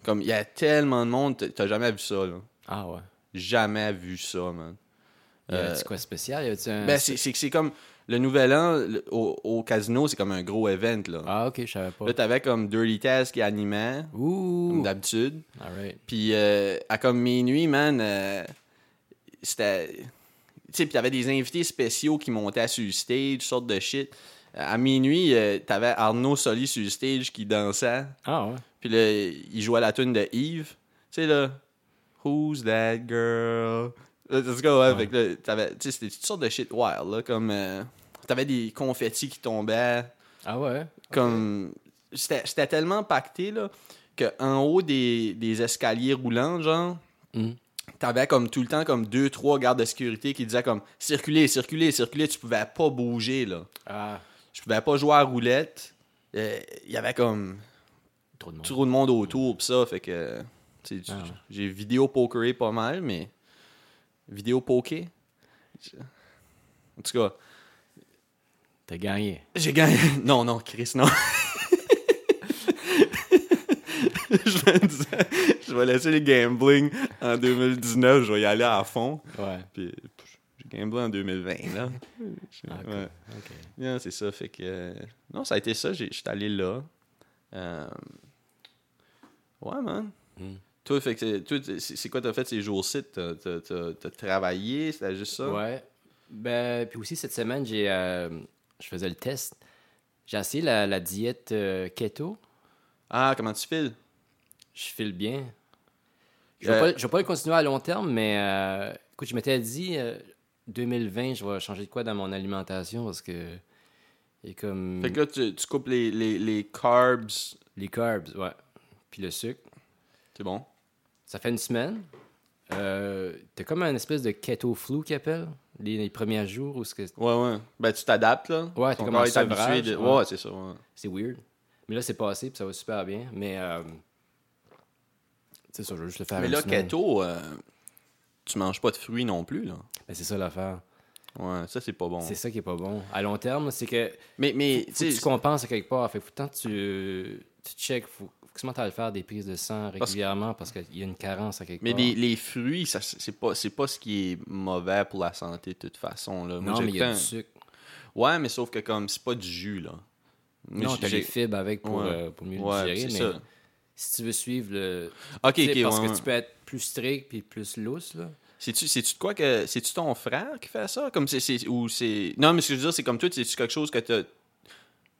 [SPEAKER 1] Comme il y a tellement de monde, t- t'as jamais vu ça là.
[SPEAKER 2] Ah ouais. Euh,
[SPEAKER 1] Jamais vu ça, man.
[SPEAKER 2] Y avait-tu quoi de spécial? Y avait-tu un...
[SPEAKER 1] Ben c'est c'est que c'est comme le nouvel an le- au, au casino, c'est comme un gros event là.
[SPEAKER 2] Ah ok, je savais pas.
[SPEAKER 1] Là t'avais comme Dirty Taz qui animait comme
[SPEAKER 2] Ouh!
[SPEAKER 1] d'habitude.
[SPEAKER 2] All right.
[SPEAKER 1] Puis euh, à comme minuit, man, euh, c'était. Tu sais, puis t'avais des invités spéciaux qui montaient sur le stage, sortes de shit. À minuit, euh, t'avais Arnaud Soli sur le stage qui dansait.
[SPEAKER 2] Ah ouais.
[SPEAKER 1] Puis là, il jouait la tune de Yves. Tu sais, là, Who's that girl? Là, tu sais, ouais, fait que là, t'avais- tu sais, c'était toutes sortes de shit wild, là, comme. euh, t'avais des confettis qui tombaient.
[SPEAKER 2] Ah ouais?
[SPEAKER 1] Comme. C'était c'était tellement pacté, là, qu'en haut des, des escaliers roulants, genre,
[SPEAKER 2] Hmm.
[SPEAKER 1] t'avais comme tout le temps comme deux, trois gardes de sécurité qui disaient comme circuler, circuler, circuler, tu pouvais pas bouger, là.
[SPEAKER 2] Ah,
[SPEAKER 1] Je pouvais pas jouer à roulette. Euh, Il y avait comme
[SPEAKER 2] trop de monde.
[SPEAKER 1] trop de monde autour, pis ça, fait que. tu sais,
[SPEAKER 2] Ah ouais.
[SPEAKER 1] J'ai vidéo pokeré pas mal, mais. Vidéo poké? Je- En tout cas,
[SPEAKER 2] T'as gagné.
[SPEAKER 1] j'ai gagné. [LAUGHS] Non, non, Chris, non. [LAUGHS] je, me disais, je vais laisser le gambling en 2019, je vais y aller à fond.
[SPEAKER 2] Ouais.
[SPEAKER 1] Puis pff, j'ai gamblé en 2020, là.
[SPEAKER 2] [LAUGHS] Ah, cool.
[SPEAKER 1] Ouais.
[SPEAKER 2] Ok.
[SPEAKER 1] Non, c'est ça. Fait que. euh, Non, ça a été ça. j'ai- J'étais allé là. Euh, Ouais, man.
[SPEAKER 2] Mm.
[SPEAKER 1] Toi, fait que t'es- toi, t'es- c'est c'est quoi t'as fait ces jours-ci? T'as- T'as t'as- t'as travaillé? C'était juste ça?
[SPEAKER 2] Ouais. Ben, puis aussi, cette semaine, j'ai, euh, je faisais le test. J'ai essayé la, la diète euh, keto.
[SPEAKER 1] Ah, comment tu files?
[SPEAKER 2] Je file bien. Je ne
[SPEAKER 1] Euh,
[SPEAKER 2] vais, pas- je vais pas le continuer à long terme, mais euh, écoute, je m'étais dit, euh, 2020, je vais changer de quoi dans mon alimentation parce que. Et comme.
[SPEAKER 1] Fait que là, tu, tu coupes les, les, les carbs.
[SPEAKER 2] Les carbs, ouais. Puis le sucre.
[SPEAKER 1] C'est bon.
[SPEAKER 2] Ça fait une semaine. Euh, T'as comme un espèce de keto flou qu'ils appellent les, les premiers jours où ce que-
[SPEAKER 1] Ouais, ouais. Ben, tu t'adaptes, là.
[SPEAKER 2] Ouais, t'es
[SPEAKER 1] Ton
[SPEAKER 2] comme
[SPEAKER 1] corps
[SPEAKER 2] en
[SPEAKER 1] est habitué
[SPEAKER 2] sevrage,
[SPEAKER 1] de-
[SPEAKER 2] ouais.
[SPEAKER 1] Ouais, c'est ça, ouais.
[SPEAKER 2] c'est weird. Mais là, c'est passé, puis ça va super bien. Mais euh, c'est ça, je vais juste le faire.
[SPEAKER 1] Mais
[SPEAKER 2] une
[SPEAKER 1] là,
[SPEAKER 2] semaine.
[SPEAKER 1] keto, euh, tu manges pas de fruits non plus, là.
[SPEAKER 2] Ben, c'est ça l'affaire.
[SPEAKER 1] Ouais, ça, c'est pas bon.
[SPEAKER 2] C'est ça qui est pas bon. À long terme, c'est que
[SPEAKER 1] Mais, mais
[SPEAKER 2] faut que
[SPEAKER 1] tu
[SPEAKER 2] tu
[SPEAKER 1] sais,
[SPEAKER 2] compenses à quelque part. Fait que faut tant que tu, tu checkes, faut, faut que tu mentes à le faire des prises de sang régulièrement parce qu'il y a une carence à quelque
[SPEAKER 1] mais
[SPEAKER 2] part.
[SPEAKER 1] les, les fruits, ça, c'est pas, c'est pas ce qui est mauvais pour la santé, de toute façon, là. Moi,
[SPEAKER 2] Non,
[SPEAKER 1] j'ai
[SPEAKER 2] mais il y a
[SPEAKER 1] écouté
[SPEAKER 2] du
[SPEAKER 1] un-
[SPEAKER 2] sucre.
[SPEAKER 1] Ouais, mais sauf que, comme, c'est pas du jus, là. Mais
[SPEAKER 2] Non,
[SPEAKER 1] j'ai-
[SPEAKER 2] t'as les
[SPEAKER 1] j'ai-
[SPEAKER 2] fibres avec pour,
[SPEAKER 1] Ouais.
[SPEAKER 2] euh, pour mieux
[SPEAKER 1] Ouais,
[SPEAKER 2] le digérer,
[SPEAKER 1] c'est
[SPEAKER 2] mais
[SPEAKER 1] ça.
[SPEAKER 2] si tu veux suivre le...
[SPEAKER 1] Ok,
[SPEAKER 2] tu sais,
[SPEAKER 1] ok,
[SPEAKER 2] parce
[SPEAKER 1] ouais,
[SPEAKER 2] que
[SPEAKER 1] ouais.
[SPEAKER 2] tu peux être plus strict puis plus lousse, là.
[SPEAKER 1] C'est-tu, c'est-tu de quoi que. C'est-tu ton frère qui fait ça? Comme c'est, c'est- ou c'est... Non, mais ce que je veux dire, c'est comme toi, c'est-tu quelque chose que t'as.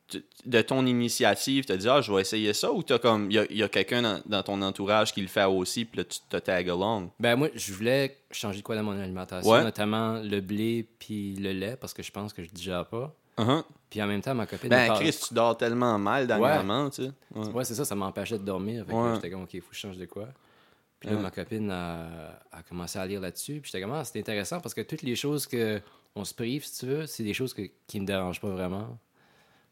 [SPEAKER 1] tu- De ton initiative, t'as dit, ah, je vais essayer ça, ou t'as comme. Il y a, y a quelqu'un dans, dans ton entourage qui le fait aussi, puis là, tu te tag along.
[SPEAKER 2] Ben moi, je voulais changer de quoi dans mon alimentation,
[SPEAKER 1] Ouais.
[SPEAKER 2] notamment le blé puis le lait, parce que je pense que je digère pas.
[SPEAKER 1] Uh-huh.
[SPEAKER 2] Puis en même temps, ma copine... me
[SPEAKER 1] Ben,
[SPEAKER 2] parle-
[SPEAKER 1] Chris, tu dors tellement mal dernièrement, tu sais. Ouais.
[SPEAKER 2] Ouais, c'est ça, ça m'empêchait de dormir. Fait que
[SPEAKER 1] Ouais.
[SPEAKER 2] là, j'étais comme, OK, il faut que je change de quoi. Puis là,
[SPEAKER 1] Ouais.
[SPEAKER 2] ma copine a, a commencé à lire là-dessus. Puis j'étais comme, ah, c'est intéressant parce que toutes les choses que on se prive, si tu veux, c'est des choses que- qui me dérangent pas vraiment.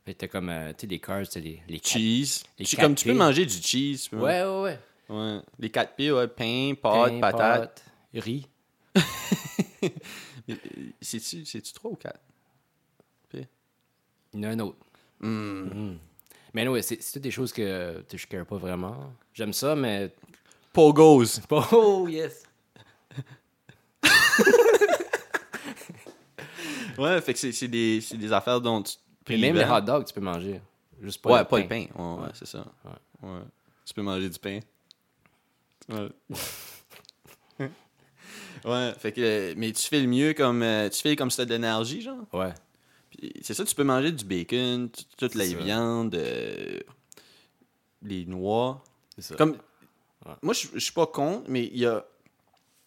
[SPEAKER 2] Fait que t'as comme, euh, tu sais, les carbs, c'est les, les quatre-
[SPEAKER 1] Cheese.
[SPEAKER 2] Les
[SPEAKER 1] Tu-
[SPEAKER 2] quatre
[SPEAKER 1] comme tu peux
[SPEAKER 2] P.
[SPEAKER 1] manger du cheese. tu peux-
[SPEAKER 2] Ouais, ouais, ouais.
[SPEAKER 1] Ouais. Les 4 P, ouais. Pain, pâte,
[SPEAKER 2] Pain,
[SPEAKER 1] patate.
[SPEAKER 2] pâte, riz.
[SPEAKER 1] C'est-tu, c'est-tu 3 ou 4?
[SPEAKER 2] Il y en a un autre.
[SPEAKER 1] Hmm.
[SPEAKER 2] Mm. Mais non, c'est c'est toutes des choses que tu sais, je care pas vraiment. J'aime ça, mais. [LAUGHS]
[SPEAKER 1] Pogos.
[SPEAKER 2] Oh, yes!
[SPEAKER 1] Ouais, fait que c'est, c'est des, c'est des affaires dont tu te
[SPEAKER 2] Puis même les
[SPEAKER 1] privais.
[SPEAKER 2] hot dogs, tu peux manger. Juste pas
[SPEAKER 1] ouais,
[SPEAKER 2] le
[SPEAKER 1] pas
[SPEAKER 2] pain.
[SPEAKER 1] le pain. Ouais, ouais, c'est ça. Ouais. Tu peux manger du pain.
[SPEAKER 2] [LAUGHS]
[SPEAKER 1] Ouais. ouais, fait que. euh, Mais tu fais le mieux comme. euh, tu fais comme si t'as de l'énergie, genre.
[SPEAKER 2] Ouais.
[SPEAKER 1] Puis C'est ça, tu peux manger du bacon, t- toutes
[SPEAKER 2] C'est
[SPEAKER 1] les
[SPEAKER 2] ça.
[SPEAKER 1] viandes, euh, les noix.
[SPEAKER 2] C'est ça.
[SPEAKER 1] Comme.
[SPEAKER 2] Ouais.
[SPEAKER 1] Moi, je je suis pas contre, mais il y a.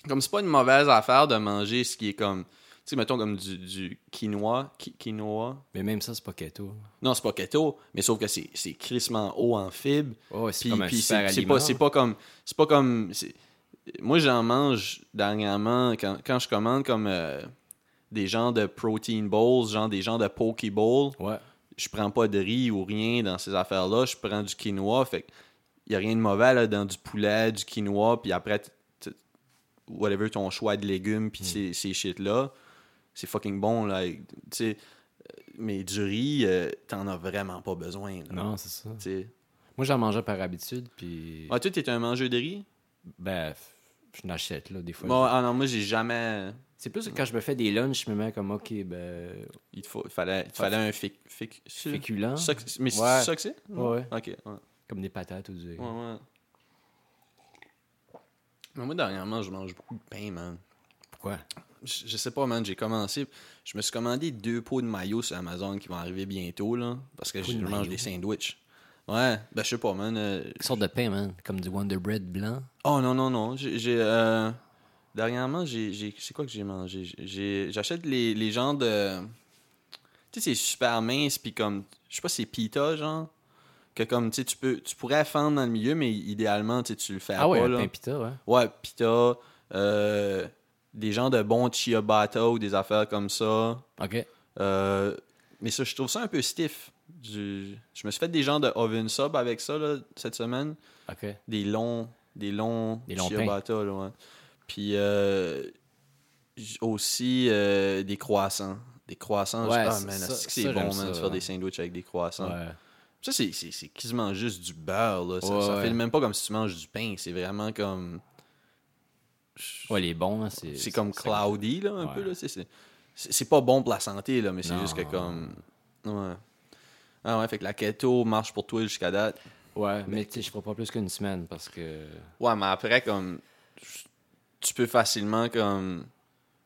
[SPEAKER 1] Comme c'est pas une mauvaise affaire de manger ce qui est comme. Tu sais, mettons comme du, du quinoa. qui- quinoa.
[SPEAKER 2] Mais même ça, c'est pas keto.
[SPEAKER 1] Non, c'est pas keto, mais sauf que c'est c'est crissement haut en fibres.
[SPEAKER 2] Oh, c'est
[SPEAKER 1] Puis,
[SPEAKER 2] comme un
[SPEAKER 1] puis
[SPEAKER 2] super
[SPEAKER 1] c'est c'est
[SPEAKER 2] aliment.
[SPEAKER 1] pas, c'est pas comme. C'est pas comme. c'est- Moi, j'en mange dernièrement quand, quand je commande comme euh, des genres de protein bowls, genre des genres de poke bowls.
[SPEAKER 2] Ouais.
[SPEAKER 1] Je prends pas de riz ou rien dans ces affaires-là. Je prends du quinoa. Fait il y a rien de mauvais là, dans du poulet, du quinoa, puis après, t- t- whatever ton choix de légumes,
[SPEAKER 2] Hmm.
[SPEAKER 1] puis ces, ces shit-là. C'est fucking bon, là. Tu sais, euh, mais du riz, euh, t'en as vraiment pas besoin. là.
[SPEAKER 2] Non, c'est ça.
[SPEAKER 1] Tu sais.
[SPEAKER 2] Moi, j'en mangeais par habitude, puis.
[SPEAKER 1] Ah, toi, t'es un mangeur de riz?
[SPEAKER 2] Ben, f- je n'achète, là, des fois.
[SPEAKER 1] Bon, ah non, moi, j'ai jamais.
[SPEAKER 2] C'est plus que quand je me fais des lunchs, je me mets comme, OK, ben,
[SPEAKER 1] Il te faut, il fallait, il te fallait un fic. fic,
[SPEAKER 2] féculent.
[SPEAKER 1] ça que- mais c'est
[SPEAKER 2] Ouais.
[SPEAKER 1] ça que c'est?
[SPEAKER 2] Ouais, ouais.
[SPEAKER 1] Ok, ouais.
[SPEAKER 2] Comme des patates ou du.
[SPEAKER 1] Ouais, ouais. Mais moi, dernièrement, je mange beaucoup de pain, man.
[SPEAKER 2] Pourquoi?
[SPEAKER 1] Je, je sais pas, man, j'ai commencé. Je me suis commandé deux pots de maillot sur Amazon qui vont arriver bientôt, là. Parce que
[SPEAKER 2] Pots
[SPEAKER 1] je
[SPEAKER 2] de
[SPEAKER 1] mange
[SPEAKER 2] mayo.
[SPEAKER 1] des sandwichs. Ouais, ben je sais pas, man. euh,
[SPEAKER 2] Quelle sorte de pain, man? Comme du Wonder Bread blanc?
[SPEAKER 1] Oh non, non, non. J'ai. j'ai, euh, Dernièrement, j'ai. j'ai- C'est quoi que j'ai mangé? J'ai- j'ai- J'achète les, les genres de. Tu sais, c'est super mince, puis comme. Je sais pas, c'est pita, genre. Que comme, tu sais, tu peux. Tu pourrais fendre dans le milieu, mais idéalement, tu sais, tu le fais
[SPEAKER 2] Ah ouais,
[SPEAKER 1] pas,
[SPEAKER 2] un
[SPEAKER 1] là.
[SPEAKER 2] pain pita, ouais.
[SPEAKER 1] Ouais, pita. euh, des genres de bons ciabatta ou des affaires comme ça.
[SPEAKER 2] OK.
[SPEAKER 1] Euh, mais ça, je trouve ça un peu stiff. Je, je me suis fait des genres de oven sub avec ça, là, cette semaine
[SPEAKER 2] OK.
[SPEAKER 1] des longs des longs
[SPEAKER 2] Des longs
[SPEAKER 1] ciabatta là, ouais. puis euh, j- aussi euh, des croissants des croissants
[SPEAKER 2] Ouais,
[SPEAKER 1] je- ah,
[SPEAKER 2] ça-
[SPEAKER 1] man,
[SPEAKER 2] ça-
[SPEAKER 1] asti que
[SPEAKER 2] ça,
[SPEAKER 1] c'est bon
[SPEAKER 2] j'aime
[SPEAKER 1] man,
[SPEAKER 2] ça,
[SPEAKER 1] de faire des
[SPEAKER 2] ouais.
[SPEAKER 1] sandwichs avec des croissants
[SPEAKER 2] Ouais.
[SPEAKER 1] ça c'est c'est c'est quasiment juste du beurre là. ça,
[SPEAKER 2] Ouais,
[SPEAKER 1] ça
[SPEAKER 2] ouais.
[SPEAKER 1] fait même pas comme si tu manges du pain c'est vraiment comme
[SPEAKER 2] Ouais, les bons, hein, c'est.
[SPEAKER 1] c'est comme cloudy là un
[SPEAKER 2] Ouais.
[SPEAKER 1] peu là c'est c'est- c'est c'est pas bon pour la santé là mais c'est
[SPEAKER 2] Non.
[SPEAKER 1] juste que comme ouais ah ouais fait que la keto marche pour toi jusqu'à date
[SPEAKER 2] Ouais, mais tu sais, je ferai pas plus qu'une semaine parce que.
[SPEAKER 1] Ouais, mais après, comme. Tu peux facilement, comme.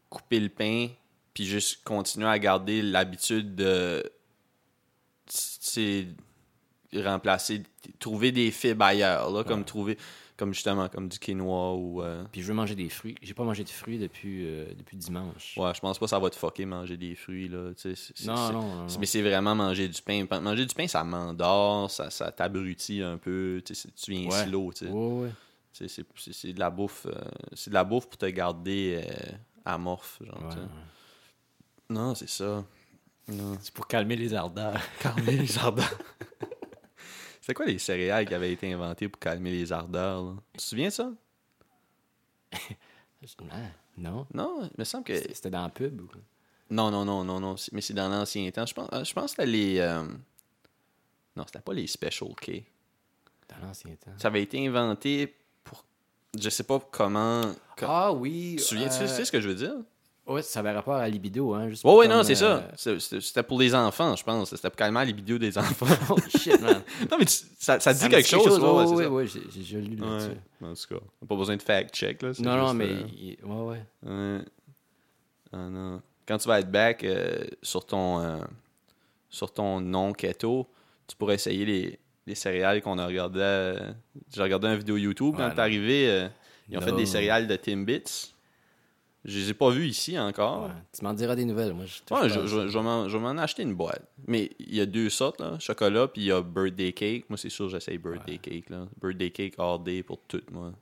[SPEAKER 1] Couper le pain, puis juste continuer à garder l'habitude de. Tu sais. Remplacer. Trouver des fibres ailleurs, là. Comme trouver. Comme justement, comme du quinoa ou. euh,
[SPEAKER 2] Puis je veux manger des fruits. J'ai pas mangé de fruits depuis, euh, depuis dimanche.
[SPEAKER 1] Ouais, je pense pas que ça va te fucker manger des fruits, là. tu sais, c'est- c'est-
[SPEAKER 2] Non,
[SPEAKER 1] c'est-
[SPEAKER 2] non, non, non.
[SPEAKER 1] Mais c'est vraiment manger du pain. Pan- Manger du pain, ça m'endort, ça, ça t'abrutit un peu. Tu sais, c'est- tu viens
[SPEAKER 2] Ouais.
[SPEAKER 1] slow, tu sais.
[SPEAKER 2] Ouais, ouais.
[SPEAKER 1] C'est- C'est c'est- c'est de la bouffe. euh, c'est de la bouffe pour te garder euh, amorphe. Genre,
[SPEAKER 2] Ouais,
[SPEAKER 1] tu sais.
[SPEAKER 2] ouais.
[SPEAKER 1] Non, c'est ça. Non.
[SPEAKER 2] C'est pour calmer les ardeurs.
[SPEAKER 1] Calmer les ardeurs. [LAUGHS] C'était quoi les céréales qui avaient été inventées pour calmer les ardeurs? là? Tu te souviens de ça?
[SPEAKER 2] Ah, non.
[SPEAKER 1] Non, il me semble que.
[SPEAKER 2] C'était dans la pub ou quoi?
[SPEAKER 1] Non, non, non, non, non. c'est- Mais c'est dans l'ancien temps. Je pense, euh, je pense que c'était les. euh, Non, c'était pas les Special K.
[SPEAKER 2] Dans l'ancien temps.
[SPEAKER 1] Ça avait été inventé pour. Je sais pas comment. co-
[SPEAKER 2] Ah oui.
[SPEAKER 1] tu te souviens, tu sais-
[SPEAKER 2] euh,
[SPEAKER 1] tu sais ce que je veux dire?
[SPEAKER 2] Ouais, ça avait rapport à la libido, hein. Juste
[SPEAKER 1] Ouais, ouais,
[SPEAKER 2] comme,
[SPEAKER 1] non, c'est
[SPEAKER 2] euh,
[SPEAKER 1] ça. C'est- c'est- C'était pour les enfants, je pense. C'était pour calmer les vidéos des enfants.
[SPEAKER 2] Oh shit,
[SPEAKER 1] [LAUGHS]
[SPEAKER 2] man.
[SPEAKER 1] non, mais tu- ça, ça dit
[SPEAKER 2] me
[SPEAKER 1] quelque chose. ouais, ouais, c'est
[SPEAKER 2] ouais,
[SPEAKER 1] ça.
[SPEAKER 2] ouais, j'ai- j'ai déjà lu là-dessus.
[SPEAKER 1] Ouais. En tout cas, on a pas besoin de fact-check. là, c'est
[SPEAKER 2] Non, non,
[SPEAKER 1] juste,
[SPEAKER 2] mais.
[SPEAKER 1] euh,
[SPEAKER 2] il- il- Ouais, ouais.
[SPEAKER 1] Ouais. Ah non. Quand tu vas être back euh, sur ton euh, sur ton non keto, tu pourrais essayer les, les céréales qu'on a regardé. euh, J'ai regardé une vidéo YouTube
[SPEAKER 2] Ouais,
[SPEAKER 1] quand t'es arrivé. euh, ils ont fait
[SPEAKER 2] Non.
[SPEAKER 1] des céréales de Timbits. Je les ai pas vues ici encore.
[SPEAKER 2] Ouais. Tu m'en diras des nouvelles, moi. Je touche pas
[SPEAKER 1] Ouais, je,
[SPEAKER 2] à
[SPEAKER 1] je- je vais m'en- je vais m'en acheter une boîte. Mais il y a deux sortes, là. Chocolat, puis il y a birthday cake. Moi, c'est sûr, j'essaye birthday cake, là. Birthday cake all day pour tout, moi.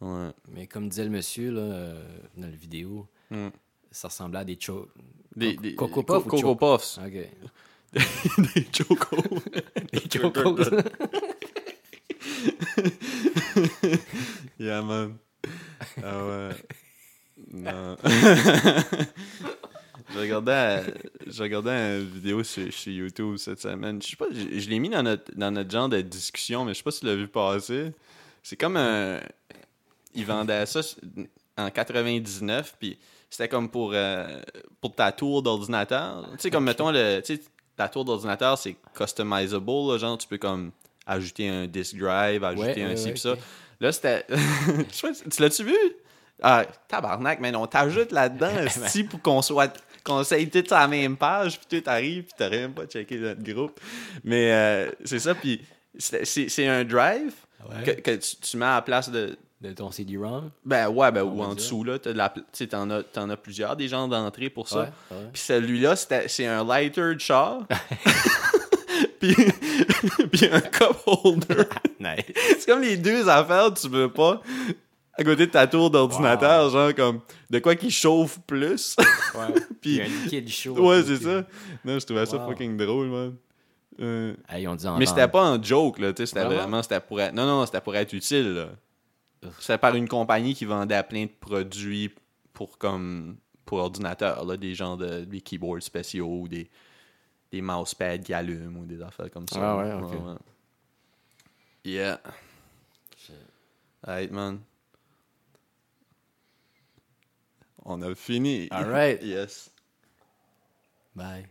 [SPEAKER 1] Ouais.
[SPEAKER 2] Mais comme disait le monsieur là, euh, dans la vidéo,
[SPEAKER 1] Mm.
[SPEAKER 2] ça ressemblait à des cho...
[SPEAKER 1] Des,
[SPEAKER 2] Co-
[SPEAKER 1] des-
[SPEAKER 2] Coco Puff ou
[SPEAKER 1] Coco
[SPEAKER 2] Choco?
[SPEAKER 1] Puffs. [LAUGHS]
[SPEAKER 2] Ok.
[SPEAKER 1] des chocos.
[SPEAKER 2] [LAUGHS] Des chocos.
[SPEAKER 1] [LAUGHS] yeah, man. Ah ouais. Non. [LAUGHS] je, regardais, euh, je regardais une vidéo sur, sur YouTube cette semaine. Je sais pas, je, je l'ai mis dans notre, dans notre genre de discussion, mais je sais pas si tu l'as vu passer. C'est comme un. Ils vendaient ça en 99, puis c'était comme pour, euh, pour ta tour d'ordinateur. Tu sais, comme mettons, le, tu sais, la tour d'ordinateur, c'est customizable. là, genre, tu peux comme ajouter un disk drive, ajouter un
[SPEAKER 2] ouais,
[SPEAKER 1] ci
[SPEAKER 2] ouais,
[SPEAKER 1] pis ça.
[SPEAKER 2] ok.
[SPEAKER 1] Là, c'était. [LAUGHS] Je sais pas, tu- tu l'as-tu vu? Ah, tabarnak, mais on t'ajoute
[SPEAKER 2] [LAUGHS]
[SPEAKER 1] là-dedans, si pour qu'on soit. qu'on essaye tout sur la même page, puis tout arrive, puis t'aurais même pas checké notre groupe. Mais euh, c'est ça, puis c'est- c'est c'est un drive
[SPEAKER 2] Ouais.
[SPEAKER 1] que, que tu, tu mets à la place de.
[SPEAKER 2] De ton CD-ROM.
[SPEAKER 1] Ben ouais, ben, ou
[SPEAKER 2] va
[SPEAKER 1] en
[SPEAKER 2] dire.
[SPEAKER 1] dessous, là. t'as de la pla- Tu sais, t'en as, t'en as plusieurs, des gens d'entrée pour ça.
[SPEAKER 2] Ouais, ouais.
[SPEAKER 1] Puis celui-là, c'était- c'est un lighter
[SPEAKER 2] [LAUGHS]
[SPEAKER 1] de char. puis, puis un cup
[SPEAKER 2] [LAUGHS]
[SPEAKER 1] holder. C'est comme les deux affaires, tu veux pas. À côté de ta tour d'ordinateur, genre comme de quoi qui chauffe plus. [LAUGHS]
[SPEAKER 2] Ouais. [LAUGHS] Il
[SPEAKER 1] Puis-
[SPEAKER 2] y a un liquide chaud.
[SPEAKER 1] ouais, c'est ça. Non, je trouvais ça
[SPEAKER 2] Wow.
[SPEAKER 1] fucking drôle, man. Euh,
[SPEAKER 2] Ah, ils ont dit
[SPEAKER 1] mais c'était pas un joke, là, tu sais, c'était
[SPEAKER 2] Vraiment?
[SPEAKER 1] vraiment, c'était pour être, non, non, c'était pour être utile, là. C'était par une compagnie qui vendait plein de produits pour, comme, pour ordinateur, là, des genres de, des keyboards spéciaux, ou des, des mousepads qui allument, ou des affaires comme ça.
[SPEAKER 2] Ah ouais, ok.
[SPEAKER 1] Yeah. Alright, man. On a fini. [LAUGHS]
[SPEAKER 2] Alright.
[SPEAKER 1] Yes.
[SPEAKER 2] Bye.